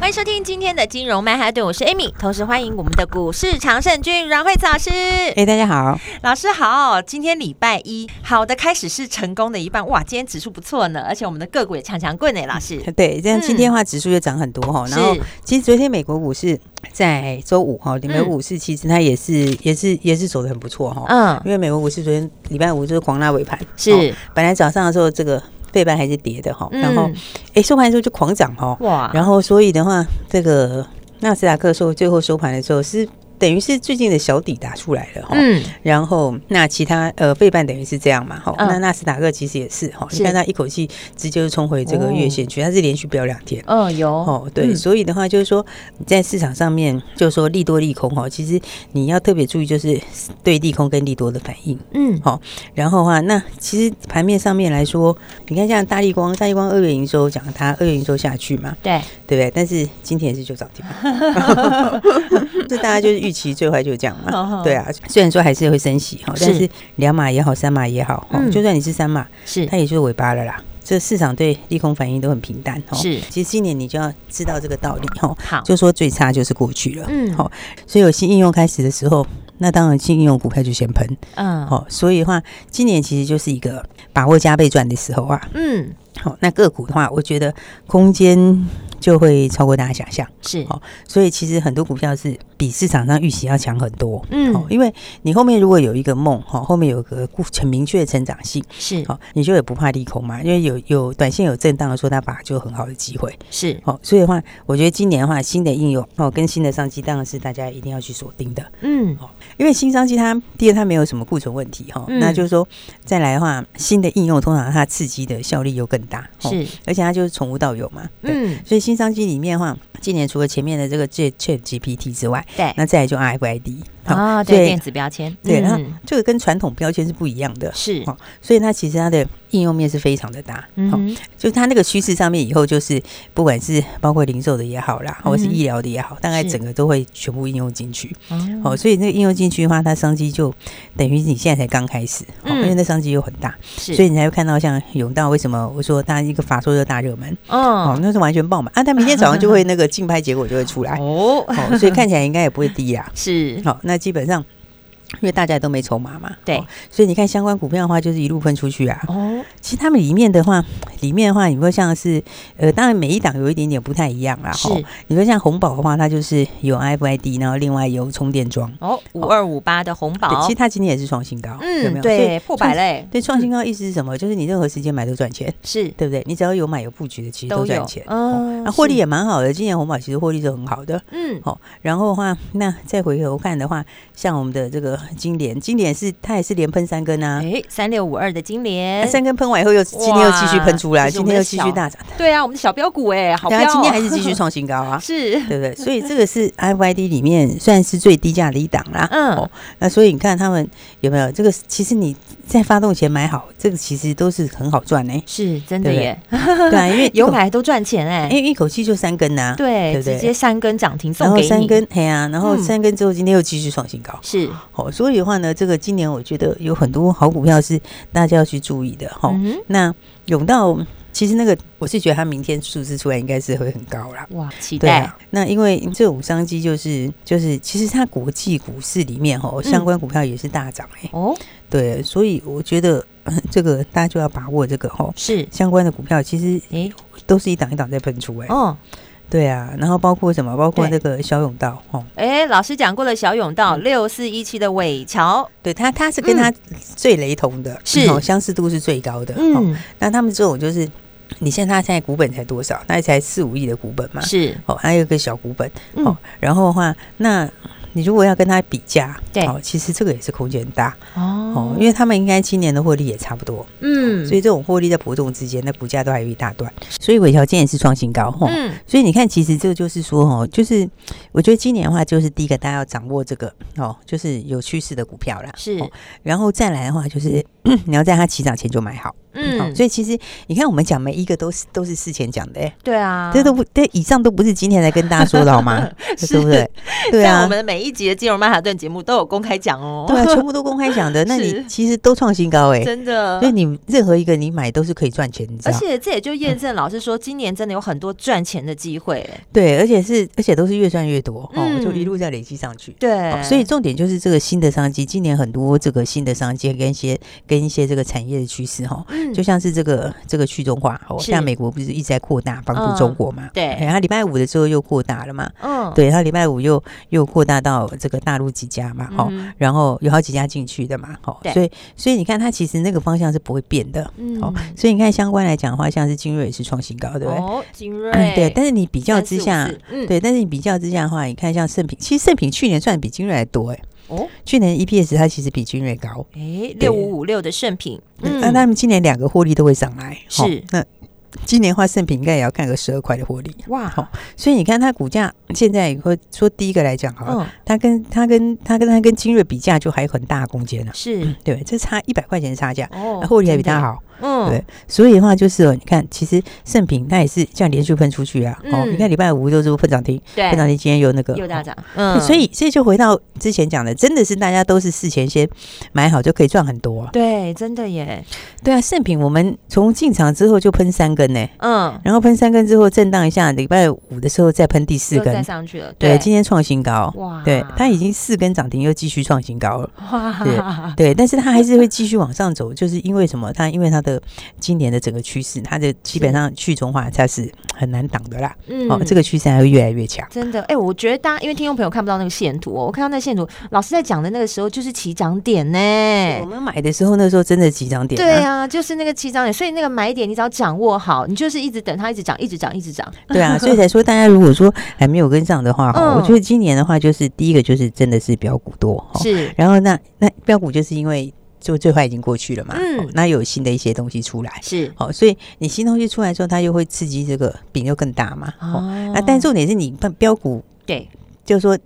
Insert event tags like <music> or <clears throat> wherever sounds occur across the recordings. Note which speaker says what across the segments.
Speaker 1: 欢迎收听今天的金融曼哈顿，我是 Amy，同时欢迎我们的股市常胜军阮惠慈老师。
Speaker 2: 哎、大家好，
Speaker 1: 老师好，今天礼拜一，好的开始是成功的一半，哇，今天指数不错呢，而且我们的个股也强强棍呢，老师。
Speaker 2: 对，这样今天的话指数就涨很多哈、
Speaker 1: 嗯是
Speaker 2: 然后其实昨天美国股市在周五哈，美国股市其实它也是、也是也是走的很不错哈、
Speaker 1: 嗯，
Speaker 2: 因为美国股市昨天礼拜五就是狂拉尾盘，
Speaker 1: 是
Speaker 2: 哦本来早上的时候这个背盘还是跌的哈、
Speaker 1: 嗯
Speaker 2: 然后哎收盘的时候就狂涨哈、
Speaker 1: 哇，
Speaker 2: 然后所以的话，这个纳斯达克收最后收盘的时候是等于是最近的小底打出来了哈、
Speaker 1: 嗯，
Speaker 2: 然后那其他呃背半等于是这样嘛，哈、
Speaker 1: 嗯
Speaker 2: 那纳斯达克其实也是哈，
Speaker 1: 是嗯
Speaker 2: 你看它一口气直接就冲回这个月线区，它是连续飙两天。
Speaker 1: 哦，有，
Speaker 2: 哦，对，
Speaker 1: 嗯
Speaker 2: 所以的话就是说，你在市场上面就是说利多利空哈，其实你要特别注意就是对利空跟利多的反应。
Speaker 1: 嗯，
Speaker 2: 然后啊，那其实盘面上面来说，你看像大力光，大力光二月营收讲它二月营收下去嘛，
Speaker 1: 对，
Speaker 2: 对不对？但是今天也是就涨
Speaker 1: <laughs>
Speaker 2: 停板，这大家就是预期最坏就是这样
Speaker 1: 好好
Speaker 2: 嘛。对啊，虽然说还是会升息哈，
Speaker 1: 哦是
Speaker 2: 但是两码也好，三码也好，哦
Speaker 1: 嗯
Speaker 2: 就算你是三码，
Speaker 1: 是
Speaker 2: 它也就是尾巴了啦。这市场对利空反应都很平淡哦
Speaker 1: 是
Speaker 2: 其实今年你就要知道这个道理哈，
Speaker 1: 好，
Speaker 2: 就说最差就是过去了。
Speaker 1: 嗯
Speaker 2: 好，所以有新应用开始的时候，那当然新应用股票就先喷。
Speaker 1: 嗯，
Speaker 2: 好，所以的话，今年其实就是一个把握加倍赚的时候啊。
Speaker 1: 嗯，
Speaker 2: 好，那个股的话，我觉得空间就会超过大家想象，
Speaker 1: 是，
Speaker 2: 好所以其实很多股票是比市场上预期要强很多。
Speaker 1: 嗯
Speaker 2: 哦，因为你后面如果有一个梦，哈，后面有个固很明确的成长性，
Speaker 1: 是，
Speaker 2: 好，你就也不怕利空嘛，因为有有短线有震荡的时候，它反而就有很好的机会。
Speaker 1: 是，
Speaker 2: 好，所以的话，我觉得今年的话，新的应用哦跟新的商机，当然是大家一定要去锁定的。
Speaker 1: 嗯，
Speaker 2: 因为新商机它第一它没有什么库存问题哈、
Speaker 1: 嗯
Speaker 2: 那就是说再来的话，新的应用通常它刺激的效力又更大，哦
Speaker 1: 是，
Speaker 2: 而且它就是从无到有嘛，对。
Speaker 1: 嗯，
Speaker 2: 所以新商机里面的话，今年除了前面的这个 Chat Chat GPT 之外，
Speaker 1: 对，
Speaker 2: 那再来就 RFID，好
Speaker 1: 哦，
Speaker 2: 所
Speaker 1: 对，
Speaker 2: 以
Speaker 1: 电子标签，
Speaker 2: 对，然后
Speaker 1: 嗯，
Speaker 2: 这个跟传统标签是不一样的，
Speaker 1: 是，
Speaker 2: 哦所以它其实它的应用面是非常的大，
Speaker 1: 嗯
Speaker 2: 好
Speaker 1: 哼，
Speaker 2: 就它那个趋势上面以后就是不管是包括零售的也好啦，或是
Speaker 1: 嗯哼
Speaker 2: 医疗的也好，大概
Speaker 1: 是
Speaker 2: 整个都会全部应用进去。
Speaker 1: 哦
Speaker 2: 哦，所以那个应用进去的话，它商机就等于你现在才刚开始，哦
Speaker 1: 嗯
Speaker 2: 因为那商机又很大，
Speaker 1: 是，
Speaker 2: 所以你才会看到像永道为什么我说它一个法说就大热门，哦
Speaker 1: 嗯，，
Speaker 2: 那是完全爆满啊！但明天早上就会那个竞拍结果就会出
Speaker 1: <laughs>
Speaker 2: 来，
Speaker 1: 哦，
Speaker 2: 哦，所以看起来应该也不会低啦。
Speaker 1: 是，
Speaker 2: 好、那基本上。因为大家都没筹码嘛，
Speaker 1: 对
Speaker 2: 哦所以你看相关股票的话，就是一路分出去啊。
Speaker 1: 哦，
Speaker 2: 其实他们里面的话，里面的话，你会像是，呃，当然每一档有一点点不太一样啦。
Speaker 1: 是
Speaker 2: 哦，你说像红宝的话，它就是有 FID，然后另外有充电桩，
Speaker 1: 哦，五二五八的红
Speaker 2: 对，
Speaker 1: 宝
Speaker 2: 其实，它今天也是创新高，有没
Speaker 1: 嗯，
Speaker 2: 有？
Speaker 1: 对，破百嗯
Speaker 2: 了。
Speaker 1: 嘞，
Speaker 2: 对，创新高意思是什么？就是你任何时间买都赚钱，
Speaker 1: 是
Speaker 2: 对不对？你只要有买有布局的，其实都赚钱。哦
Speaker 1: 嗯，
Speaker 2: 啊那获利
Speaker 1: 是
Speaker 2: 也蛮好的，今年红宝其实获利是很好的。
Speaker 1: 嗯，
Speaker 2: 哦，然后的话，那再回头看的话，像我们的这个金莲，金莲是它也是连喷三根啊，
Speaker 1: 哎，三六五二的金
Speaker 2: 那
Speaker 1: 莲，
Speaker 2: 哎三根喷完以后又今天又继续喷出来，
Speaker 1: 这是我们
Speaker 2: 今天
Speaker 1: 的
Speaker 2: 又继续大涨，
Speaker 1: 对啊，我们的小标股哎，好
Speaker 2: 然
Speaker 1: 标
Speaker 2: 后
Speaker 1: 哦，
Speaker 2: 啊今天还是继续创新高
Speaker 1: <laughs>
Speaker 2: 啊，
Speaker 1: 是，
Speaker 2: 对不对？所以这个是 FID 里面算是最低价的一档啦。
Speaker 1: 嗯
Speaker 2: 哦，那所以你看他们有没有这个？其实你在发动前买好，这个其实都是很好赚呢、
Speaker 1: <laughs> 是真的
Speaker 2: 对不对
Speaker 1: 耶，
Speaker 2: 对啊，因为
Speaker 1: 有，买都赚钱
Speaker 2: 因
Speaker 1: 哎，
Speaker 2: 为一口气就三根呐、对
Speaker 1: 对，
Speaker 2: 不对
Speaker 1: 直接三根涨停
Speaker 2: 然
Speaker 1: 送
Speaker 2: 后
Speaker 1: 给你，
Speaker 2: 三根，哎呀、然后
Speaker 1: 嗯
Speaker 2: 三根之后，今天又继续创新高。
Speaker 1: 是，
Speaker 2: 哦，所以的话呢，这个今年我觉得有很多好股票是大家要去注意的哈、
Speaker 1: 嗯哼，
Speaker 2: 那永道其实那个，我是觉得它明天数字出来应该是会很高啦。
Speaker 1: 哇，期
Speaker 2: 对
Speaker 1: 待
Speaker 2: 啊，那因为这种商机就是就是，其实它国际股市里面
Speaker 1: 嗯
Speaker 2: 哦，相关股票也是大涨哎、
Speaker 1: 哦，
Speaker 2: 对，所以我觉得、 <laughs> 嗯这个大家就要把握这个哦，
Speaker 1: 是，
Speaker 2: 相关的股票其实
Speaker 1: 哎，
Speaker 2: 都是一档一档在喷出哎、
Speaker 1: 哦，
Speaker 2: 对啊，然后包括什么，包括
Speaker 1: 对
Speaker 2: 那个小永道哦，
Speaker 1: 哎，老师讲过了，小甬
Speaker 2: 嗯
Speaker 1: 道六四一七的尾桥，
Speaker 2: 对它它是跟它最雷同的，
Speaker 1: 嗯是
Speaker 2: 哦相似度是最高的，哦
Speaker 1: 嗯，
Speaker 2: 那他们这种就是，你现在他现在股本才多少？那才四五亿的股本嘛。
Speaker 1: 是，
Speaker 2: 哦，还有一个小股本。
Speaker 1: 嗯
Speaker 2: 哦，然后的话，那你如果要跟他比价，
Speaker 1: 对
Speaker 2: 哦，其实这个也是空间大。
Speaker 1: 哦
Speaker 2: 哦，因为他们应该今年的获利也差不多，
Speaker 1: 嗯，
Speaker 2: 所以这种获利在波动之间，那股价都还有一大段，所以尾条今天也是创新高哈。
Speaker 1: 嗯
Speaker 2: 所以你看，其实这个就是说哦，就是我觉得今年的话，就是第一个大家要掌握这个哦，就是有趋势的股票啦，
Speaker 1: 是
Speaker 2: 哦然后再来的话，就是 <coughs> 你要在它起涨前就买好，哦
Speaker 1: 嗯，
Speaker 2: 所以其实你看，我们讲每一个都是都是事前讲的、哎、
Speaker 1: 对啊，
Speaker 2: 这都不，这以上都不是今天才跟大家说的
Speaker 1: <laughs>
Speaker 2: 好吗？对不对？对
Speaker 1: 在
Speaker 2: 啊，
Speaker 1: 我们的每一集的金融曼哈顿节目都有公开讲哦，
Speaker 2: 对啊，全部都公开讲的，那
Speaker 1: 是
Speaker 2: 你其实都创新高
Speaker 1: <laughs>
Speaker 2: 哎、
Speaker 1: 真的
Speaker 2: 所以。你任何一个你买都是可以赚钱，你知
Speaker 1: 而
Speaker 2: 道？
Speaker 1: 且这也就验证老师说，今年真的有很多赚钱的机会。
Speaker 2: 对，而且是而且都是越赚越多哦，
Speaker 1: 嗯
Speaker 2: 就一路在累积上去。
Speaker 1: 对，
Speaker 2: 哦所以重点就是这个新的商机，今年很多这个新的商机跟一些跟一些这个产业的趋势哈，
Speaker 1: 嗯
Speaker 2: 就像是这个这个去中化，哦，
Speaker 1: 是
Speaker 2: 像美国不是一直在扩大帮
Speaker 1: 嗯
Speaker 2: 助中国嘛？
Speaker 1: 对
Speaker 2: 然后礼拜五的时候又扩大了嘛？
Speaker 1: 嗯，
Speaker 2: 对，然后礼拜五又又扩大到这个大陆几家嘛？哦，
Speaker 1: 嗯
Speaker 2: 然后有好几家进去的嘛，哦
Speaker 1: 对，
Speaker 2: 所以所以你看它其实那个方向是不会变的，
Speaker 1: 嗯
Speaker 2: 哦，所以你看相关来讲的话，像是精锐也是创新高，对不对？
Speaker 1: 哦，精锐
Speaker 2: 嗯对，但是你比较之下，，
Speaker 1: 345嗯，
Speaker 2: 对，但是你比较之下的话，你看像盛品，其实盛品去年赚比精锐还多哎，
Speaker 1: 哦，
Speaker 2: 去年 EPS 它其实比精锐高，
Speaker 1: 哎，
Speaker 2: 对
Speaker 1: 六五五六的圣品，
Speaker 2: 嗯，那他们今年两个获利都会上来，
Speaker 1: 是
Speaker 2: 哦那今年的话盛品应该也要看个十二块的获利，
Speaker 1: 哇，
Speaker 2: 好所以你看它股价现在以后说第一个来讲好了，
Speaker 1: 嗯，
Speaker 2: 它跟它跟它跟它跟精锐比价就还有很大的空间呢、啊，
Speaker 1: 是
Speaker 2: 对，这差一百块钱的差价，
Speaker 1: 嗯哦
Speaker 2: 获利还比
Speaker 1: 真的
Speaker 2: 它好。
Speaker 1: 嗯，
Speaker 2: 对，所以的话就是哦，你看，其实盛品它也是这样连续喷出去啊。哦，
Speaker 1: 嗯
Speaker 2: 你看礼拜五就是碰涨停，
Speaker 1: 对
Speaker 2: 碰涨停今天有那个
Speaker 1: 又大
Speaker 2: 哦
Speaker 1: 涨，嗯
Speaker 2: 对所以这就回到之前讲的，真的是大家都是事前先买好就可以赚很多、啊。
Speaker 1: 对，真的耶，
Speaker 2: 对啊，盛品我们从进场之后就喷三根呢、
Speaker 1: 嗯，
Speaker 2: 然后喷三根之后震荡一下，礼拜五的时候再喷第四
Speaker 1: 又再
Speaker 2: 根。
Speaker 1: 上去了，
Speaker 2: 对，今天创新高。
Speaker 1: 哇，
Speaker 2: 对，它已经四根涨停又继续创
Speaker 1: <laughs>
Speaker 2: 新高了。
Speaker 1: 哇，
Speaker 2: 对，但是它还是会继续往上走，就是因为什么？它因为它的今年的整个趋势，它的基本上去中化它是很难挡的啦。
Speaker 1: 嗯
Speaker 2: 哦，这个趋势还会越来越强。
Speaker 1: 真的，哎、我觉得大家因为听众朋友看不到那个线图哦，我看到那个线图，老师在讲的那个时候就是起涨点呢、
Speaker 2: 我们啊买的时候那时候真的起涨点、
Speaker 1: 对，啊，就是那个起涨点，所以那个买点你只要掌握好，你就是一直等它一直涨，一直涨，一直涨。
Speaker 2: 对啊，所以才说大家如果说还没有跟上的话，哈、
Speaker 1: 嗯
Speaker 2: 我觉得今年的话就是第一个就是真的是标股多，哈
Speaker 1: 是，
Speaker 2: 然后那那标股就是因为就最坏已经过去了嘛，
Speaker 1: 嗯
Speaker 2: 哦那有新的一些东西出来，
Speaker 1: 是
Speaker 2: 好、所以你新东西出来之后，它又会刺激这个饼又更大嘛，哦，
Speaker 1: 哦
Speaker 2: 那但重点是你标标股
Speaker 1: 对
Speaker 2: 就是说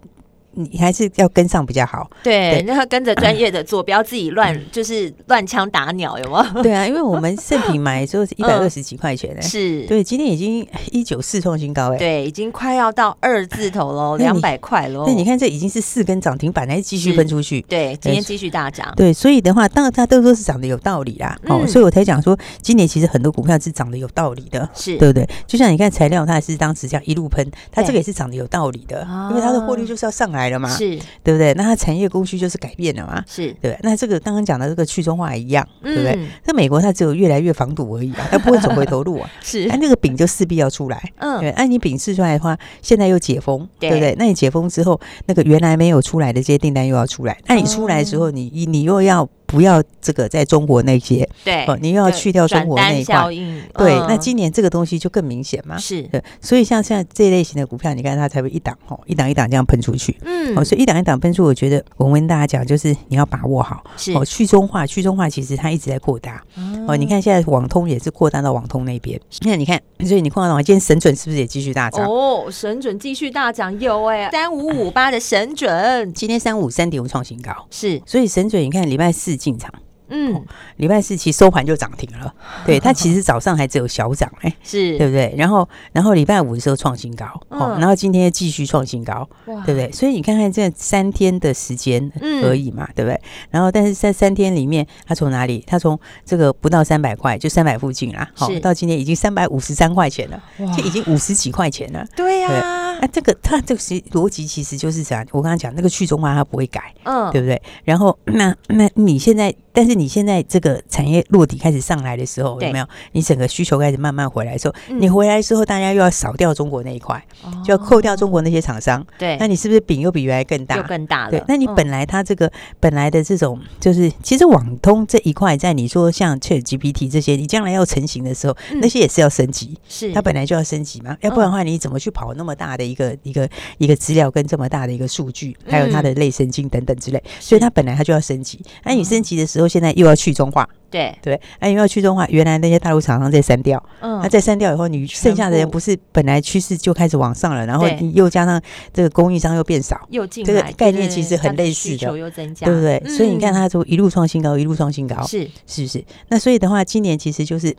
Speaker 2: 你还是要跟上比较好。
Speaker 1: 对
Speaker 2: 对，嗯
Speaker 1: 那他跟着专业的坐标自己乱，就是乱枪打鸟，有没有？
Speaker 2: 对啊，因为 <laughs> 我们盛品买的时候是一百
Speaker 1: 嗯
Speaker 2: 二十几块钱哎、
Speaker 1: 是，
Speaker 2: 对，今天已经一九四创新高哎、
Speaker 1: 对，已经快要到二字头喽，
Speaker 2: 那
Speaker 1: 两
Speaker 2: 你
Speaker 1: 百块喽。
Speaker 2: 那你看这已经是四根涨停板，还是继续
Speaker 1: 是
Speaker 2: 分出去。
Speaker 1: 对，今天继续大涨，
Speaker 2: 对，所以的话，当然它都说是涨得有道理啦，
Speaker 1: 嗯
Speaker 2: 哦，所以我才讲说，今年其实很多股票是涨得有道理的，
Speaker 1: 是
Speaker 2: 对不对？就像你看材料，它也是当时这样一路喷，它
Speaker 1: 对
Speaker 2: 这个也是涨得有道理的
Speaker 1: 啊，
Speaker 2: 因为它的获利就是要上来了嘛，
Speaker 1: 是
Speaker 2: 对不对？那它产业供需就是改变了嘛，
Speaker 1: 是，
Speaker 2: 对不对。那这个刚刚讲的这个去中化一样，对不对？
Speaker 1: 嗯，
Speaker 2: 那美国它只有越来越防堵而已啊，它不会走回头路啊。
Speaker 1: <laughs> 是
Speaker 2: 哎，，那个饼就势必要出来。
Speaker 1: 嗯，
Speaker 2: 对，那、你饼试出来的话，现在又解封，
Speaker 1: 对
Speaker 2: 对不对？那你解封之后，那个原来没有出来的这些订单又要出来，那你出来的时
Speaker 1: 哦
Speaker 2: 候，你你你又要不要这个在中国那些
Speaker 1: 对
Speaker 2: 哦，，你又要
Speaker 1: 哎对
Speaker 2: 去掉中
Speaker 1: 转
Speaker 2: 国那
Speaker 1: 单
Speaker 2: 一块
Speaker 1: 效，应，
Speaker 2: 对，
Speaker 1: 嗯
Speaker 2: 那今年这个东西就更明显嘛。
Speaker 1: 是，
Speaker 2: 对，所以像现在这类型的股票，你看它才会一档哦，一档一档这样喷出去。
Speaker 1: 嗯
Speaker 2: 哦，所以一档一档喷出，我觉得我跟大家讲，就是你要把握好
Speaker 1: 是
Speaker 2: 哦。去中化，去中化其实它一直在扩大，哦，你看现在网通也是扩大到网通那边，那你看，所以你扩大到网，今天神准是不是也继续大涨？
Speaker 1: 哦，神准继续大涨，有哎、三五五八的神准
Speaker 2: 今天三五三点五创新高，
Speaker 1: 是，
Speaker 2: 所以神准你看礼拜四进场，
Speaker 1: 嗯，
Speaker 2: 礼拜四其实收盘就涨停了，对，它其实早上还只有小涨，哎、
Speaker 1: 是，
Speaker 2: 对不对？然后然后礼拜五的时候创新高，哦
Speaker 1: 嗯，
Speaker 2: 然后今天又继续创新高，
Speaker 1: 哇
Speaker 2: 对不对？所以你看看这三天的时间
Speaker 1: 啊嗯
Speaker 2: 而已嘛，对不对？然后但是在三天里面，它从哪里？它从这个不到三百块，就三百附近啦，好、
Speaker 1: 是
Speaker 2: 到今天已经三百五十三块钱了。
Speaker 1: 哇
Speaker 2: 就已经五十几块钱了。
Speaker 1: 对呀、
Speaker 2: 啊，这个它这个其实逻辑其实就是这样，我刚刚讲那个去中化它不会改，
Speaker 1: 嗯，
Speaker 2: 对不对？然后那那你现在，但是你你现在这个产业落底开始上来的时候，
Speaker 1: 对
Speaker 2: 有没有？你整个需求开始慢慢回来的时候，
Speaker 1: 嗯
Speaker 2: 你回来之后，大家又要少掉中国那一块，就要扣掉中国那些厂商，
Speaker 1: 哦对，
Speaker 2: 那你是不是饼又比原来更大？
Speaker 1: 哎又更大了。
Speaker 2: 对，那你
Speaker 1: 嗯
Speaker 2: 本来它这个、本来的这种，就是其实网通这一块，在你说像 Chat GPT 这些，你将来要成型的时候，
Speaker 1: 嗯
Speaker 2: 那些也是要升级，
Speaker 1: 是嗯
Speaker 2: 它本来就要升级嘛，要不然的话，你怎么去跑那么大的一个一个一个资料跟这么大的一个数据，
Speaker 1: 嗯
Speaker 2: 还有它的类神经等等之类，所以它本来它就要升级。那你升级的时候，现在又要去中化，
Speaker 1: 对，
Speaker 2: 对，那又要去中化，原来那些大陆厂商再删掉，
Speaker 1: 嗯
Speaker 2: 那再删掉以后，你剩下的人
Speaker 1: 部
Speaker 2: 不是本来趋势就开始往上了，然后
Speaker 1: 对
Speaker 2: 你又加上这个供应商又变少。
Speaker 1: 又进
Speaker 2: 这个
Speaker 1: 来
Speaker 2: 概
Speaker 1: 对
Speaker 2: 念
Speaker 1: 对
Speaker 2: 其
Speaker 1: 对
Speaker 2: 实很
Speaker 1: 它的
Speaker 2: 类
Speaker 1: 需
Speaker 2: 似的
Speaker 1: 求又增加，
Speaker 2: 对不对？所以你看
Speaker 1: 嗯
Speaker 2: 它就一路创新高，一路创新高，
Speaker 1: 是
Speaker 2: 是不是？那所以的话，今年其实就是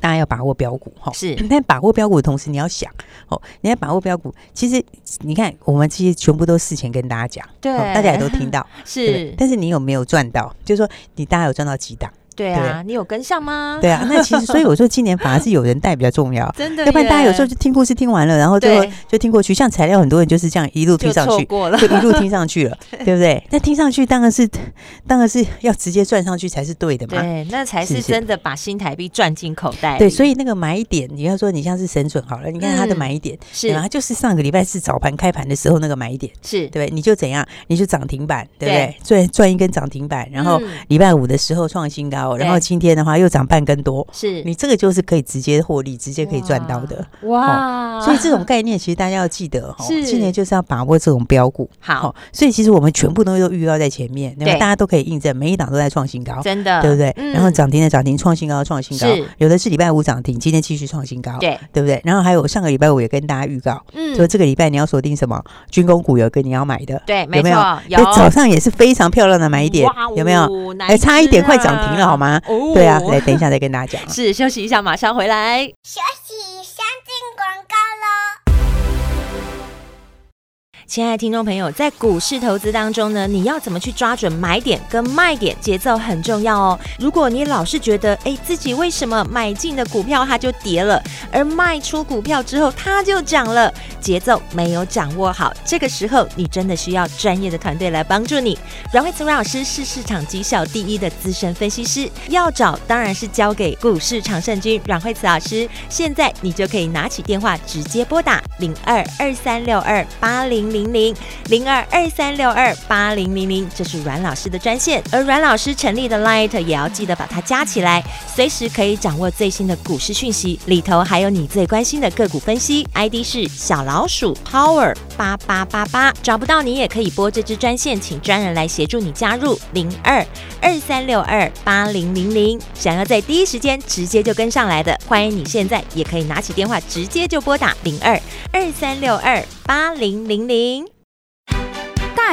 Speaker 2: 大家要把握标股哈。
Speaker 1: 是
Speaker 2: <clears throat> 但把握标股的同时，你要想哦，你要把握标股。其实你看，我们其实全部都事前跟大家讲，
Speaker 1: 对
Speaker 2: 哦大家也都
Speaker 1: <laughs>
Speaker 2: 听到，对不对
Speaker 1: 是，
Speaker 2: 但是你有没有赚到？就是说，你大家有赚到几档？
Speaker 1: 对
Speaker 2: 对
Speaker 1: 啊，你有跟上吗？。
Speaker 2: 对啊，那其实所以我说，今年反而是有人带比较重要
Speaker 1: 真的耶，
Speaker 2: 要不然大家有时候就听故事听完了，然后最后
Speaker 1: 对
Speaker 2: 就听过去。像材料很多人就是这样一路听
Speaker 1: 就
Speaker 2: 上
Speaker 1: 错
Speaker 2: 去，
Speaker 1: 过了，
Speaker 2: 就一路听上去了，对不对？那听上去当然是，当然是要直接赚上去才是对的嘛。
Speaker 1: 对，那才
Speaker 2: 是
Speaker 1: 是
Speaker 2: 是
Speaker 1: 真的把新台币赚进口袋里。
Speaker 2: 对，所
Speaker 1: 以
Speaker 2: 以那个买点，你要说你像是神准好了，你看它的
Speaker 1: 嗯
Speaker 2: 买点，对吧？
Speaker 1: 是
Speaker 2: 它就是上个礼拜四早盘开盘的时候那个买点，
Speaker 1: 是
Speaker 2: 对不对？你就怎样，你就涨停板，对不
Speaker 1: 对
Speaker 2: 对？赚赚一根涨停板，然后
Speaker 1: 嗯
Speaker 2: 礼拜五的时候创新高，然
Speaker 1: 对
Speaker 2: 后今天的话又涨半根多，
Speaker 1: 是
Speaker 2: 你这个就是可以直接获利，直接可以赚到的。
Speaker 1: 哇，
Speaker 2: 哦所以这种概念其实大家要记得哦，
Speaker 1: 是
Speaker 2: 今年就是要把握这种标股。
Speaker 1: 好
Speaker 2: 哦，所以其实我们全部东西都预告在前面，对吧？
Speaker 1: 对
Speaker 2: 大家都可以印证，每一档都在创新高，
Speaker 1: 真的
Speaker 2: 对不对？
Speaker 1: 嗯
Speaker 2: 然后涨停的涨停，创新高的创新高
Speaker 1: 是，
Speaker 2: 有的是礼拜五涨停，今天继续创新高，
Speaker 1: 对，
Speaker 2: 对不对？然后还有上个礼拜我也跟大家预告，说
Speaker 1: 嗯，
Speaker 2: 这个礼拜你要锁定什么军工股，有一个你要买的，
Speaker 1: 对，没
Speaker 2: 有没有
Speaker 1: 错，有
Speaker 2: 哎早上也是非常漂亮的买点，有没有？？
Speaker 1: 哇哦
Speaker 2: 哎差一点快涨停了好吗？
Speaker 1: 难吃
Speaker 2: 对啊，
Speaker 1: 哦
Speaker 2: 来等一下再跟大家讲。啊
Speaker 1: <laughs> 是休息一下，马上回来。
Speaker 3: 起相进广告喽。
Speaker 1: 亲爱的听众朋友，在股市投资当中呢，你要怎么去抓准买点跟卖点，节奏很重要哦。如果你老是觉得，哎，自己为什么买进的股票它就跌了，而卖出股票之后它就涨了，节奏没有掌握好，这个时候你真的需要专业的团队来帮助你。阮慧慈阮老师是市场绩效第一的资深分析师，要找当然是交给股市常胜军阮慧慈老师。现在你就可以拿起电话直接拨打零二二三六二八零零零零二二三六二八零零零，这是阮老师的专线。而阮老师成立的 Light 也要记得把它加起来，随时可以掌握最新的股市讯息，里头还有你最关心的个股分析。ID 是小老鼠 Power 八八八八，找不到你也可以拨这支专线，请专人来协助你加入零二二三六二八零零零。想要在第一时间直接就跟上来的，欢迎你现在也可以拿起电话直接就拨打零二二三六二八零零零。
Speaker 4: 大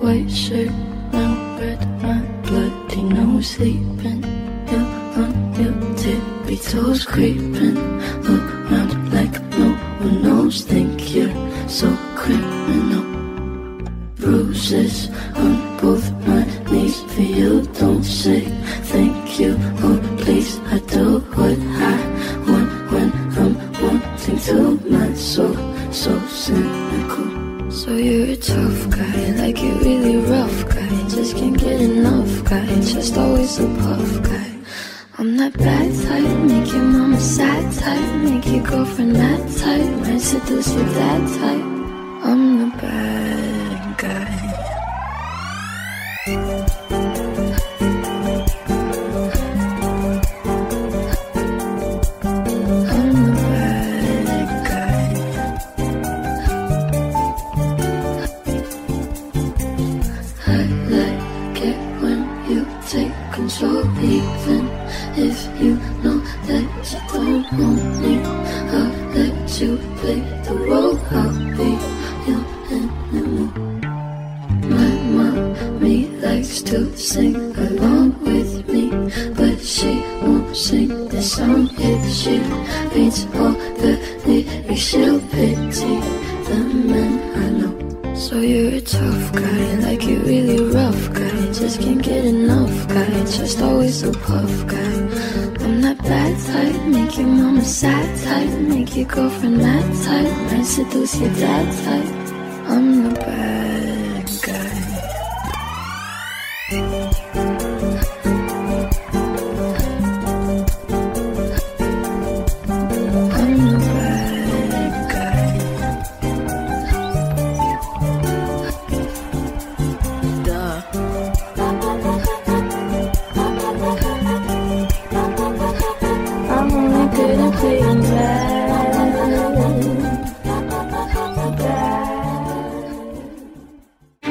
Speaker 5: White shirt now red, my bloody nose sleeping. You on your tippy toes creeping around like no one knows. Think you're so criminal. Bruises on both my knees for you. Don't say thank you. Oh, please, I do what I want when I'm wanting to. My soul, so cynical. So you're a tough guy, like a really rough guy. Just can't get enough guy, just always a puff guy. I'm that bad type, make your mama sad type, make your girlfriend that type, might seduce your dad type. I'm the bad guy. I'm the bad guy. I like it when you take control even if you know that you don't want me. I'll let you play the role. I'll be your animal. My mommy likes to sing along with me, but she won't sing the song if she reads all the lyrics. She'll pity the men I know. So you're a tough guy, like you really rough guy. Just can't get enough guy, just always a puff guy. I'm that bad type, make your mama sad type, make your girlfriend mad type, and seduce your dad type. I'm the bad guy. I'm the bad guy. I'm only good at playing bad. Bad.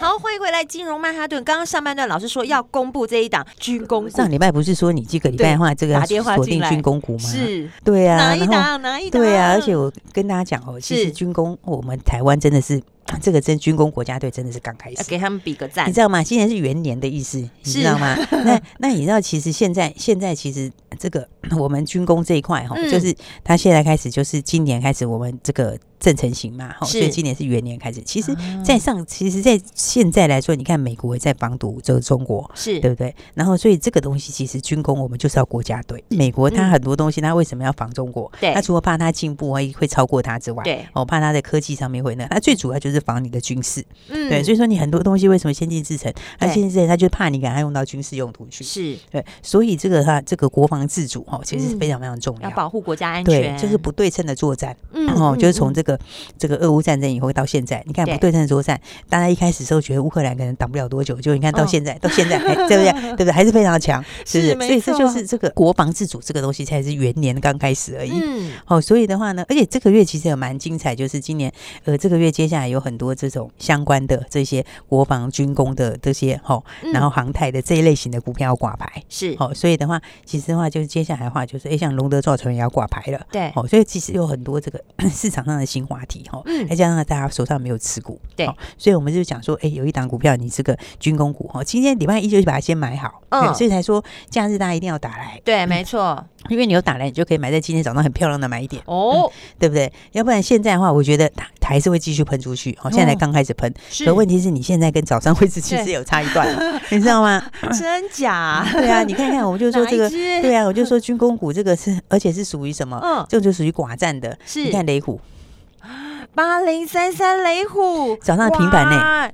Speaker 1: 好，欢迎回来，金融曼哈顿。刚刚上半段老师说要公布这一档军工股
Speaker 2: 上，礼拜不是说你这个礼拜的话，这个
Speaker 1: 打电
Speaker 2: 要
Speaker 1: 话
Speaker 2: 锁
Speaker 1: 进
Speaker 2: 定
Speaker 1: 来
Speaker 2: 军工股吗？，
Speaker 1: 是
Speaker 2: 对啊，
Speaker 1: 哪一
Speaker 2: 然后
Speaker 1: 档？哪一档？
Speaker 2: 对啊，而且我跟大家讲哦，其
Speaker 1: 是
Speaker 2: 实军工，我们台湾真的是 <coughs> 这个真军工国家队真的是刚开
Speaker 1: 要
Speaker 2: 始。
Speaker 1: 给他们比个赞
Speaker 2: 你。知道吗？今年是元年的意思，你
Speaker 1: 是
Speaker 2: 知
Speaker 1: <laughs>
Speaker 2: 道吗？那那你知道，其实现在现在其实这个 <coughs> 我们军工这一块哈，
Speaker 1: 嗯
Speaker 2: 就是它现在开始就是今年开始我们这个正成型嘛，哈，
Speaker 1: 是啊
Speaker 2: 所以今年是元年开始。其实，在上，其实，在现在来说，你看美国也在防堵这个中国，
Speaker 1: 是
Speaker 2: 对不对？然后所以这个东西其实军工我们就是要国家队。美国它
Speaker 1: 嗯
Speaker 2: 很多东西，它为什么要防中国？
Speaker 1: 对
Speaker 2: 它除了怕它进步会会超过它之外，
Speaker 1: 对
Speaker 2: 哦，怕它在科技上面会那，它最主要就是防你的军事。
Speaker 1: 嗯
Speaker 2: 对，所以说你很多东西为什么先进制程？它
Speaker 1: 对
Speaker 2: 先进制程，它就怕你给它用到军事用途去。
Speaker 1: 是
Speaker 2: 对，所以这个它这个国防自主哦，其实是非常非常重要。
Speaker 1: 要保护国家安
Speaker 2: 对
Speaker 1: 全，，
Speaker 2: 就是不对称的作战，
Speaker 1: 嗯
Speaker 2: 哦，
Speaker 1: 嗯
Speaker 2: 就是从这个这个俄乌战争以后到现在，你看
Speaker 1: 对
Speaker 2: 不对称的作战，大家一开始时候觉得乌克兰可能挡不了多久，就你看到
Speaker 1: 嗯
Speaker 2: 现在，到现在还对不对？对不对？还是非常强，是不
Speaker 1: 是
Speaker 2: 是？
Speaker 1: 没
Speaker 2: 所以这就
Speaker 1: 错
Speaker 2: 是这个国防自主这个东西才是元年刚开始而已。
Speaker 1: 嗯
Speaker 2: 哦，所以的话呢，而且这个月其实也蛮精彩，就是今年呃，这个月接下来有很多这种相关的这些国防军工的这些哦，
Speaker 1: 嗯
Speaker 2: 然后航太的这一类型的股票要挂牌。
Speaker 1: 是
Speaker 2: 哦，所以的话，其实的话就是接下来的话就是，哎，像龙德造船也要挂牌了，
Speaker 1: 对
Speaker 2: 哦，所以其实有很多这个 <clears throat> 市场上的新话题哈，哦
Speaker 1: 嗯
Speaker 2: 再加上大家手上没有持股，哦
Speaker 1: 对
Speaker 2: 所以我们就讲说，哎，有一档股票，你这个军工股哈，哦今天礼拜一就把它先买好，
Speaker 1: 嗯
Speaker 2: 对所以才说假日大家一定要打来，
Speaker 1: 对，没错
Speaker 2: 因为你有打来，你就可以买在今天早上很漂亮的买点，
Speaker 1: 哦，
Speaker 2: 对不对？要不然现在的话，我觉得它它还是会继续喷出去，哦，现在才
Speaker 1: 哦
Speaker 2: 刚开始喷，
Speaker 1: 是
Speaker 2: 可问题是你现在跟早上位置其实
Speaker 1: 对
Speaker 2: 有差一段了，你知道吗？
Speaker 1: 真
Speaker 2: <laughs>
Speaker 1: 假？
Speaker 2: 对啊，你看看，我们就说
Speaker 1: 哪
Speaker 2: 这
Speaker 1: 一
Speaker 2: 个，
Speaker 1: 只
Speaker 2: <laughs> 对啊，我就说 <laughs> 军工股这个是，而且是属于什么？
Speaker 1: 嗯
Speaker 2: 这个就属于寡占的。
Speaker 1: 是
Speaker 2: 你看雷虎，
Speaker 1: 八零三三雷虎
Speaker 2: 早上的平板呢
Speaker 1: 哇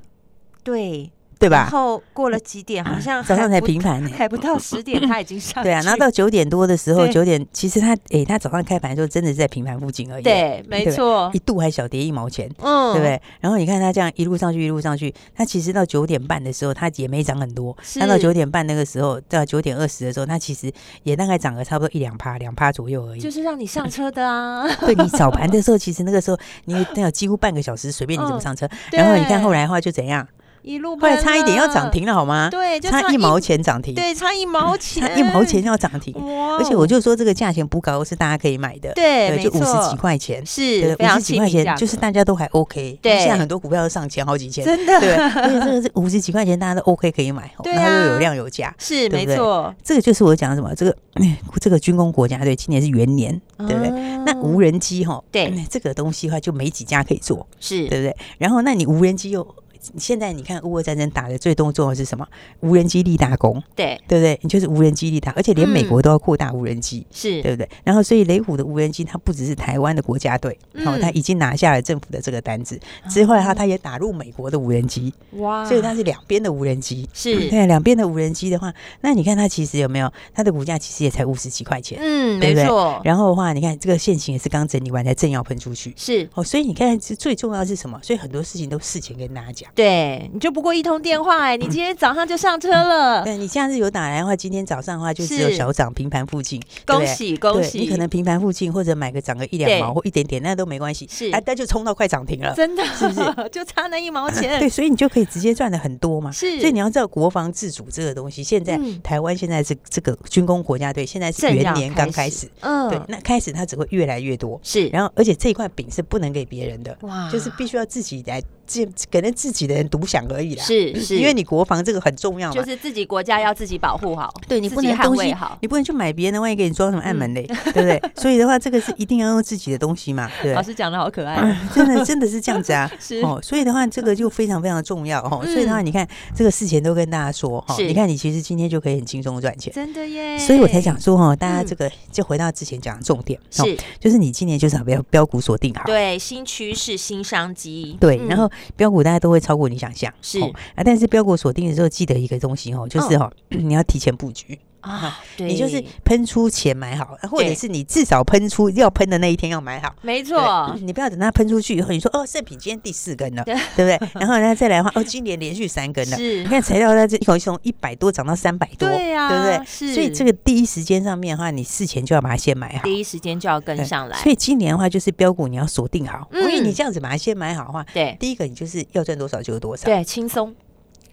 Speaker 1: 对
Speaker 2: 对
Speaker 1: 然 <laughs>
Speaker 2: 吧？
Speaker 1: 后过了几
Speaker 2: <clears throat>
Speaker 1: 点，好像
Speaker 2: 早上
Speaker 1: 还
Speaker 2: 才
Speaker 1: 不
Speaker 2: 平盘呢、
Speaker 1: 还不到十
Speaker 2: <laughs>
Speaker 1: 点，他已经上
Speaker 2: 对啊，
Speaker 1: 去
Speaker 2: 然后到九点多的时候，
Speaker 1: 对
Speaker 2: 九点其实它诶，它早上开盘的时候真的是在平盘附近而已，
Speaker 1: 对，没
Speaker 2: 对
Speaker 1: 错
Speaker 2: 一，度还小跌一毛钱，
Speaker 1: 哦嗯
Speaker 2: 对不？对？然后你看它这样一路上去，一路上去，它其实到九点半的时候，它也没涨很多。它到
Speaker 1: 是
Speaker 2: 九点半那个时候，到九点二十的时候，它其实也大概涨了差不多一两趴，两趴左右而已。
Speaker 1: 就是让你上车的啊， <laughs>
Speaker 2: 对你早盘的时候，其实那个时候你那有几乎半个小时，随便你怎么上车。
Speaker 1: 嗯
Speaker 2: 然后你看
Speaker 1: 对
Speaker 2: 后来的话就怎样，
Speaker 1: 一路
Speaker 2: 后来
Speaker 1: 喷
Speaker 2: 差一点要涨
Speaker 1: 了，
Speaker 2: 停了，好吗？
Speaker 1: 对，就
Speaker 2: 差一毛，钱涨停，
Speaker 1: 对，差一毛
Speaker 2: <laughs> 差
Speaker 1: 钱，
Speaker 2: 一毛钱，要涨停。
Speaker 1: 哇哦，
Speaker 2: 而且我就说这个价钱不高，是大家可以买的，
Speaker 1: 对，没
Speaker 2: 就五十几
Speaker 1: 错，
Speaker 2: 块钱，
Speaker 1: 哦是非
Speaker 2: 五
Speaker 1: 常
Speaker 2: 十几
Speaker 1: 亲
Speaker 2: 块
Speaker 1: 民价
Speaker 2: 钱就
Speaker 1: 格
Speaker 2: 是大家都还 OK。
Speaker 1: 对
Speaker 2: 现在很多股票都上千好几千，
Speaker 1: 真的 <laughs>
Speaker 2: 对，而且这个是五十几块钱，大家都 OK 可以买，哦
Speaker 1: 对
Speaker 2: 然后又
Speaker 1: 啊
Speaker 2: 有量有价。
Speaker 1: 是
Speaker 2: 对
Speaker 1: 没
Speaker 2: 不对
Speaker 1: 错，
Speaker 2: 这个就是我讲什么，这个 <clears throat> 这个军工国家队今年是元年，对不对？那
Speaker 1: 嗯
Speaker 2: 无人机哈，
Speaker 1: 对
Speaker 2: 嗯这个东西的话就没几家可以做，
Speaker 1: 是
Speaker 2: 对不对？然后那你无人机又。现在你看乌俄战争打的最动作的是什么？无人机立大功，
Speaker 1: 对
Speaker 2: 对不对？你就是无人机立大，而且连美
Speaker 1: 嗯
Speaker 2: 国都要扩大无人机，
Speaker 1: 是
Speaker 2: 对不对？然后所以雷虎的无人机它不只是台湾的国家队，好、
Speaker 1: 嗯啊
Speaker 2: 它已经拿下了政府的这个单子，之后它它也打入美国的无人机，
Speaker 1: 哇，
Speaker 2: 所以它是两边的无人机。
Speaker 1: 啊是
Speaker 2: 对，两边的无人机的话，那你看它其实有没有它的股价其实也才五十几块钱，
Speaker 1: 嗯，没
Speaker 2: 对不对
Speaker 1: 错，
Speaker 2: 然后的话，你看这个现行也是刚整理完才正要喷出去。
Speaker 1: 是
Speaker 2: 哦，所以你看，这最重要的是什么？所以很多事情都事前跟大家讲。
Speaker 1: 对，你就不过一通电话哎、你今天早上就上车了，
Speaker 2: 嗯对你假日有打来的话，今天早上的话就只有
Speaker 1: 啊是
Speaker 2: 小涨平盘附近，对不
Speaker 1: 恭
Speaker 2: 对
Speaker 1: 喜恭
Speaker 2: 对
Speaker 1: 喜，
Speaker 2: 你可能平盘附近或者买个涨个一两毛
Speaker 1: 对
Speaker 2: 或一点点，那都没关系，
Speaker 1: 是
Speaker 2: 哎，那就冲到快涨停了。
Speaker 1: 真的
Speaker 2: 是不是嗯
Speaker 1: 就差那一毛
Speaker 2: 对，
Speaker 1: 钱？
Speaker 2: 所以你就可以直接赚的很多嘛。
Speaker 1: 是
Speaker 2: 所以你要知道国防自主这个东西，现在、
Speaker 1: 嗯
Speaker 2: 台湾现在是这个军工国家队，现在是
Speaker 1: 正
Speaker 2: 元
Speaker 1: 要
Speaker 2: 年刚开始，，对
Speaker 1: 嗯，，
Speaker 2: 那开始它只会越来越多。
Speaker 1: 是，
Speaker 2: 然后，而且这一块饼是不能给别人的，
Speaker 1: 哇
Speaker 2: 就是必须要自己来，自可能自己的人独享而已啦。
Speaker 1: 是是，
Speaker 2: 因为你国防这个很重要嘛，
Speaker 1: 就是自己国家要自己保护好，
Speaker 2: 对你
Speaker 1: 自
Speaker 2: 不
Speaker 1: 己
Speaker 2: 能
Speaker 1: 捍
Speaker 2: 东
Speaker 1: 卫
Speaker 2: 西
Speaker 1: 好，。嗯
Speaker 2: 你不能去买别人的，万一给你装什么暗
Speaker 1: <laughs>
Speaker 2: 门嘞，对不对？所以的话，这个是一定要用自己的东西嘛，对嗯不
Speaker 1: 老
Speaker 2: 对。
Speaker 1: 师讲的好可爱，
Speaker 2: 真的真的是这样子啊
Speaker 1: 哦 <laughs> 是，
Speaker 2: 哦，所以的话，这个就非常非常重要哦。
Speaker 1: 嗯
Speaker 2: 所以的话，你看这个事前都跟大家说哈、哦，
Speaker 1: 是
Speaker 2: 你看你其实今天就可以很轻松地赚钱，
Speaker 1: 真的耶！
Speaker 2: 所以我才讲说哈、哦，大家
Speaker 1: 嗯
Speaker 2: 这个就回到之前讲的重点，哦，
Speaker 1: 是
Speaker 2: 就是你今年就是把标标股锁定好，
Speaker 1: 对新趋势、新商机，
Speaker 2: 对，
Speaker 1: 嗯
Speaker 2: 然后标股大家都会超过你想象，
Speaker 1: 是
Speaker 2: 哦啊，但是标股锁定的时候，记得一个东西哦，就是哈、你要提前布局，
Speaker 1: 啊，对，
Speaker 2: 你就是喷出前买好，或者
Speaker 1: 对
Speaker 2: 是你至少喷出要喷的那一天要买好。
Speaker 1: 没
Speaker 2: 对
Speaker 1: 错，
Speaker 2: 你不要等它喷出去以后，你说哦，盛品今天第四根了，
Speaker 1: <laughs>
Speaker 2: 对不对？然后呢再来的话，哦，今年连续三根了。
Speaker 1: 是
Speaker 2: 你看材料它这口从一百多涨到三百多，
Speaker 1: 对呀
Speaker 2: 对不对？
Speaker 1: 是
Speaker 2: 所以这个第一时间上面的话，你事前就要把它先买好。
Speaker 1: 第一时间就要跟
Speaker 2: 对
Speaker 1: 上来
Speaker 2: 所，以今年的话，就是标股你要锁定好，因为
Speaker 1: 嗯
Speaker 2: 你这样子把它先买好的话，
Speaker 1: 对
Speaker 2: 第一个你就是要赚多少就有多少，
Speaker 1: 对，轻松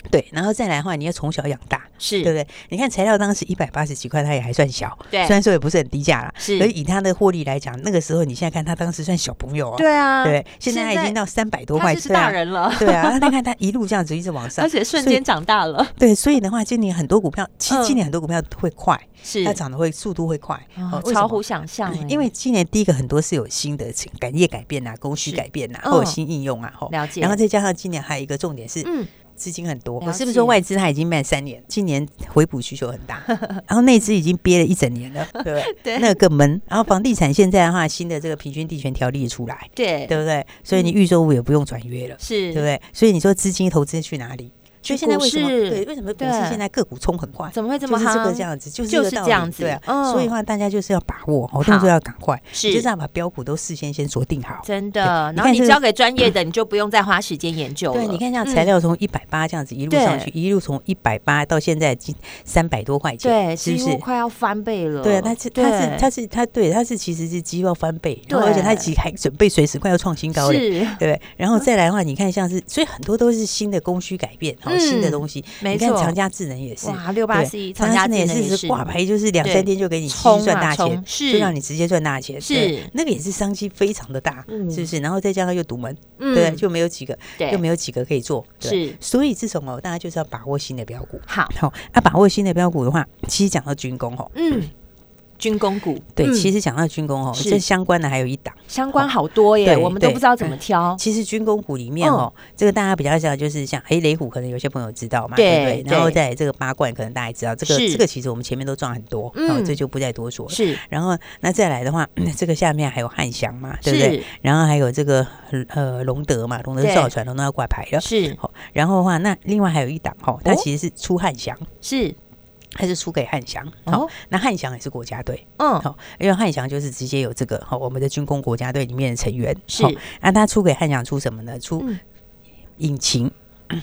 Speaker 2: 对然后再来的话，你要从小养大，
Speaker 1: 是，
Speaker 2: 对不对？你看材料当时一百八十几块，它也还算小，
Speaker 1: 对
Speaker 2: 虽然说也不是很低价啦，
Speaker 1: 是
Speaker 2: 所以以它的获利来讲，那个时候你现在看它当时算小朋友啊，
Speaker 1: 对啊，
Speaker 2: 对，现在它已
Speaker 1: 现
Speaker 2: 经到三百多
Speaker 1: 他
Speaker 2: 块，
Speaker 1: 就是大人了，
Speaker 2: 对啊，对啊，那你看它一路这样子一直往
Speaker 1: <laughs>
Speaker 2: 上，
Speaker 1: 而且瞬
Speaker 2: 所以
Speaker 1: 间长大了，
Speaker 2: 对，所以的话，今年很多股票，其
Speaker 1: 嗯
Speaker 2: 实今年很多股票会快，
Speaker 1: 是
Speaker 2: 它涨得会速度会快，
Speaker 1: 啊
Speaker 2: 哦为什
Speaker 1: 超
Speaker 2: 么
Speaker 1: 乎想象欸，
Speaker 2: 因为今年第一个很多是有新的感业改变啊，供需改变啊，
Speaker 1: 嗯
Speaker 2: 或者新应用啊，吼
Speaker 1: 了解
Speaker 2: 然后再加上今年还有一个重点是，
Speaker 1: 嗯
Speaker 2: 资金很多，
Speaker 1: 了
Speaker 2: 我是
Speaker 1: 解
Speaker 2: 不是说外资它已经卖三年，今年回补需求很
Speaker 1: <laughs>
Speaker 2: 大，然后内资已经憋了一整年了，对不对？
Speaker 1: 对
Speaker 2: 那个闷。然后房地产现在的话，新的这个平均地权条例也出来，
Speaker 1: 对嗯
Speaker 2: 对不对？所以你预售物也不用转约了，
Speaker 1: 是
Speaker 2: 对不对？所以你说资金投资去哪里？所以现在为什么
Speaker 1: 股市
Speaker 2: 对为什么股市
Speaker 1: 对
Speaker 2: 现在个股冲很快？
Speaker 1: 怎么会这
Speaker 2: 就
Speaker 1: 么
Speaker 2: 是
Speaker 1: 夯？
Speaker 2: 这个这样子，就是
Speaker 1: 就
Speaker 2: 个
Speaker 1: 是
Speaker 2: 道
Speaker 1: 这样
Speaker 2: 理
Speaker 1: 子
Speaker 2: 对啊。
Speaker 1: 嗯
Speaker 2: 所以的话，大家就是要把握，哦，动作要赶快，
Speaker 1: 是
Speaker 2: 就是要把标股都事先先锁定好。
Speaker 1: 真
Speaker 2: 对
Speaker 1: 的。然
Speaker 2: 你
Speaker 1: 后
Speaker 2: 看
Speaker 1: 你
Speaker 2: 这个
Speaker 1: 交给专业的，你就不用再花时间研究了。
Speaker 2: 对，你看像
Speaker 1: 嗯
Speaker 2: 材料从一百八这样子一路上
Speaker 1: 对
Speaker 2: 去，一路从一百八到现在三百多块钱，
Speaker 1: 对，
Speaker 2: 是
Speaker 1: 几
Speaker 2: 不
Speaker 1: 乎
Speaker 2: 是？
Speaker 1: 快要翻倍了。
Speaker 2: 对啊，它是它是
Speaker 1: 对
Speaker 2: 它是它对它是其实是几乎要翻倍，然后
Speaker 1: 对
Speaker 2: 而且它其实还准备随时快要创新高嘞，
Speaker 1: 是
Speaker 2: 对不对？然后再来的话，你看像是所以很多都是新的供需改变，然后新的
Speaker 1: 嗯
Speaker 2: 东西，
Speaker 1: 没
Speaker 2: 你看
Speaker 1: 错
Speaker 2: 长嘉智能也是，
Speaker 1: 哇，六八
Speaker 2: 对，
Speaker 1: 四一，
Speaker 2: 长
Speaker 1: 长
Speaker 2: 嘉
Speaker 1: 嘉
Speaker 2: 智能也
Speaker 1: 智能
Speaker 2: 是
Speaker 1: 也
Speaker 2: 是
Speaker 1: 是
Speaker 2: 挂牌，就是两
Speaker 1: 对
Speaker 2: 三天就给你继续
Speaker 1: 冲啊
Speaker 2: 赚大
Speaker 1: 冲
Speaker 2: 钱，
Speaker 1: 是
Speaker 2: 就让你直接赚大钱，对
Speaker 1: 是
Speaker 2: 那个也是商机非常的大，
Speaker 1: 嗯
Speaker 2: 是不是？然后再加上又独门，
Speaker 1: 嗯
Speaker 2: 对，就没有几个，
Speaker 1: 对
Speaker 2: 又没有几个可以做，对
Speaker 1: 是
Speaker 2: 所以这种哦，大家就是要把握新的标股。
Speaker 1: 好，
Speaker 2: 好，那把握新的标股的话，其实讲到军工哦，
Speaker 1: 嗯，军工股，
Speaker 2: 对，
Speaker 1: 嗯
Speaker 2: 其实讲到军工哦，
Speaker 1: 是
Speaker 2: 这相关的还有一档。
Speaker 1: 相关好多耶，
Speaker 2: 对
Speaker 1: 我们都
Speaker 2: 对哎
Speaker 1: 不知道怎么挑。嗯
Speaker 2: 其实军工股里面哦，这个大家比较知道，就是像哎雷虎，可能有些朋友知道嘛，
Speaker 1: 对
Speaker 2: 对不对？然后
Speaker 1: 对
Speaker 2: 再来这个八冠，可能大家也知道，这个
Speaker 1: 是
Speaker 2: 这个其实我们前面都赚很多，哦
Speaker 1: 嗯，
Speaker 2: 这就不再多说了。
Speaker 1: 是
Speaker 2: 然后那再来的话， <clears throat> 这个下面还有汉翔嘛，对不
Speaker 1: 是
Speaker 2: 对？然后还有这个呃龙德嘛，龙德
Speaker 1: 对
Speaker 2: 造船，龙德要挂牌了。
Speaker 1: 是
Speaker 2: 好，然后的话，那另外还有一档哦，它
Speaker 1: 哦
Speaker 2: 其实是出汉翔，
Speaker 1: 是，
Speaker 2: 它是输给汉翔。好、
Speaker 1: 哦，
Speaker 2: 那汉翔也是国家队，
Speaker 1: 嗯，
Speaker 2: 好、因为汉翔就是直接有这个好、我们的军工国家队里面的成员。
Speaker 1: 是
Speaker 2: 好那、他出给汉翔出什么呢？出
Speaker 1: 嗯
Speaker 2: 引擎，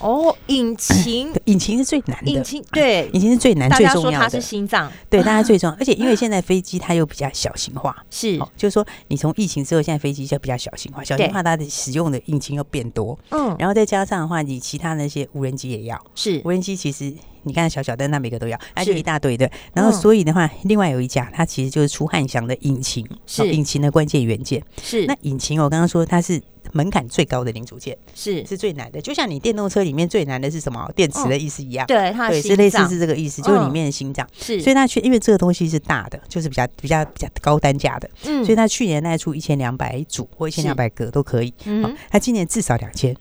Speaker 1: 哦，引擎，
Speaker 2: 对引擎是最难的，
Speaker 1: 引擎，对，
Speaker 2: 引擎是最难
Speaker 1: 大
Speaker 2: 最
Speaker 1: 家
Speaker 2: 重
Speaker 1: 说
Speaker 2: 要
Speaker 1: 它是
Speaker 2: 的，
Speaker 1: 心脏，
Speaker 2: 对，大家最
Speaker 1: <laughs>
Speaker 2: 重要。而且因为现在飞机它又比较小型化，
Speaker 1: 是
Speaker 2: 好，就是说你从疫情之后，现在飞机就比较小型化，小型化它的使用的引擎又变多，
Speaker 1: 嗯，
Speaker 2: 然后再加上的话，你其他那些无人机也要。
Speaker 1: 是
Speaker 2: 无人机其实你看小小灯，它每个都要，它就是一大堆的。然后
Speaker 1: 嗯
Speaker 2: 所以的话，另外有一家，它其实就是出汉翔的引擎，哦
Speaker 1: 是
Speaker 2: 引擎的关键元件。
Speaker 1: 是，
Speaker 2: 那引擎哦我刚刚说它是门槛最高的零组件，
Speaker 1: 是哦
Speaker 2: 是最难的。就像你电动车里面最难的是什么？电池的意思一样。
Speaker 1: 对它的
Speaker 2: 对，是
Speaker 1: 心
Speaker 2: 类似
Speaker 1: 脏
Speaker 2: 是这个意思，就是里
Speaker 1: 嗯
Speaker 2: 面的心脏。
Speaker 1: 是，
Speaker 2: 所以它去，因为这个东西是大的，就是比较比较比较高单价的，
Speaker 1: 嗯
Speaker 2: 所以它去年那出一千两百组或一千两百个都可以。
Speaker 1: 嗯
Speaker 2: 好，它今年至少两千，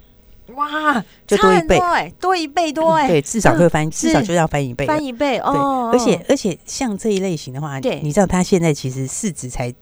Speaker 1: 哇，
Speaker 2: 就
Speaker 1: 差
Speaker 2: 多一
Speaker 1: 很
Speaker 2: 倍嗯
Speaker 1: 多哎，多一倍多哎，
Speaker 2: 对，至少会翻，至少
Speaker 1: 是
Speaker 2: 就要翻一倍了。
Speaker 1: 翻一倍
Speaker 2: 对，
Speaker 1: 哦，
Speaker 2: 而且而且像这一类型的话，
Speaker 1: 对
Speaker 2: 你知道它现在其实市值才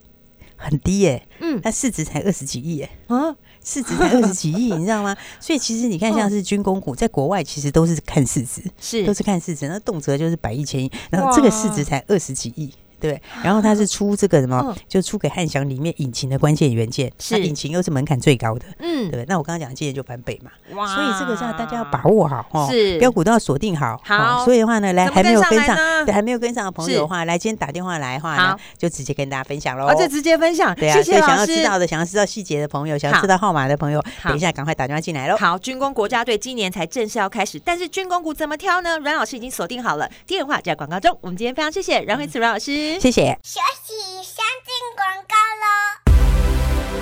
Speaker 2: 很低耶，
Speaker 1: 嗯
Speaker 2: 它市值才二十几亿耶，
Speaker 1: 啊嗯
Speaker 2: 市值才二十几亿，你 <laughs> 知道吗？所以其实你看，像是军工股，在国外其实都是看市值，
Speaker 1: 是
Speaker 2: 都是看市值，那动辄就是百亿、千亿，然后这个市值才二十几亿。对不对，然后它是出这个什么，
Speaker 1: 嗯
Speaker 2: 就出给汉翔里面引擎的关键元件，那
Speaker 1: 是
Speaker 2: 引擎又是门槛最高的，对不
Speaker 1: 嗯
Speaker 2: 对？那我刚刚讲，今年就翻倍嘛，
Speaker 1: 哇
Speaker 2: 所以这个是要大家要把握好哦，
Speaker 1: 是
Speaker 2: 标股都要锁定好。哦
Speaker 1: 好
Speaker 2: 所以的话呢，来
Speaker 1: 怎么
Speaker 2: 还没有
Speaker 1: 跟上
Speaker 2: 跟
Speaker 1: 来
Speaker 2: 上
Speaker 1: 呢，
Speaker 2: 对，还没有跟上的朋友
Speaker 1: 是
Speaker 2: 的话，来今天打电话来的话
Speaker 1: 好
Speaker 2: 呢，就直接跟大家分享喽。
Speaker 1: 啊，就直接分享，
Speaker 2: 对啊，
Speaker 1: 谢
Speaker 2: 所
Speaker 1: 谢
Speaker 2: 以想
Speaker 1: 老
Speaker 2: 要知
Speaker 1: 师。
Speaker 2: 道的、想要知道细节的朋友，想
Speaker 1: 好
Speaker 2: 要知道号码的朋友，
Speaker 1: 好
Speaker 2: 等一下赶快打电话进来喽。
Speaker 1: 好，军工国家队今年才正式要开始，但是军工股怎么挑呢？阮老师已经锁定好了，电话就在广告中。我们今天非常谢谢阮慧慈阮老师，
Speaker 2: 谢谢。
Speaker 3: 休息一下，进广告喽。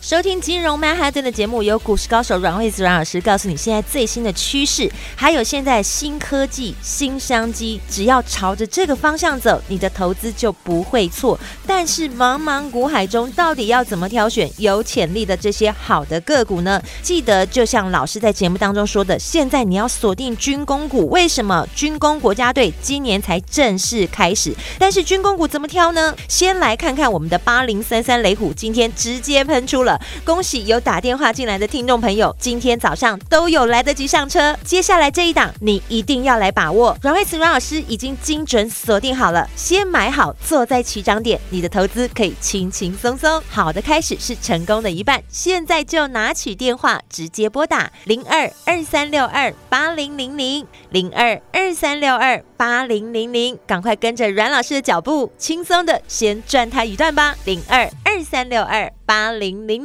Speaker 1: 收听金融曼哈顿的节目，由股市高手阮慧慈阮老师告诉你现在最新的趋势，还有现在新科技、新商机，只要朝着这个方向走，你的投资就不会错。但是茫茫股海中，到底要怎么挑选有潜力的这些好的个股呢？记得，就像老师在节目当中说的，现在你要锁定军工股。为什么军工国家队今年才正式开始？但是军工股怎么挑呢？先来看看我们的八零三三雷虎，今天直接喷出了。恭喜有打电话进来的听众朋友，今天早上都有来得及上车。接下来这一档，你一定要来把握。阮慧慈阮老师已经精准锁定好了，先买好，坐在起涨点，你的投资可以轻轻松松。好的开始是成功的一半，现在就拿起电话直接拨打零二二三六二八零零零零二二三六二八零零零，赶快跟着阮老师的脚步，轻松的先赚他一段吧。零二二三六二八零零零。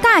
Speaker 4: 大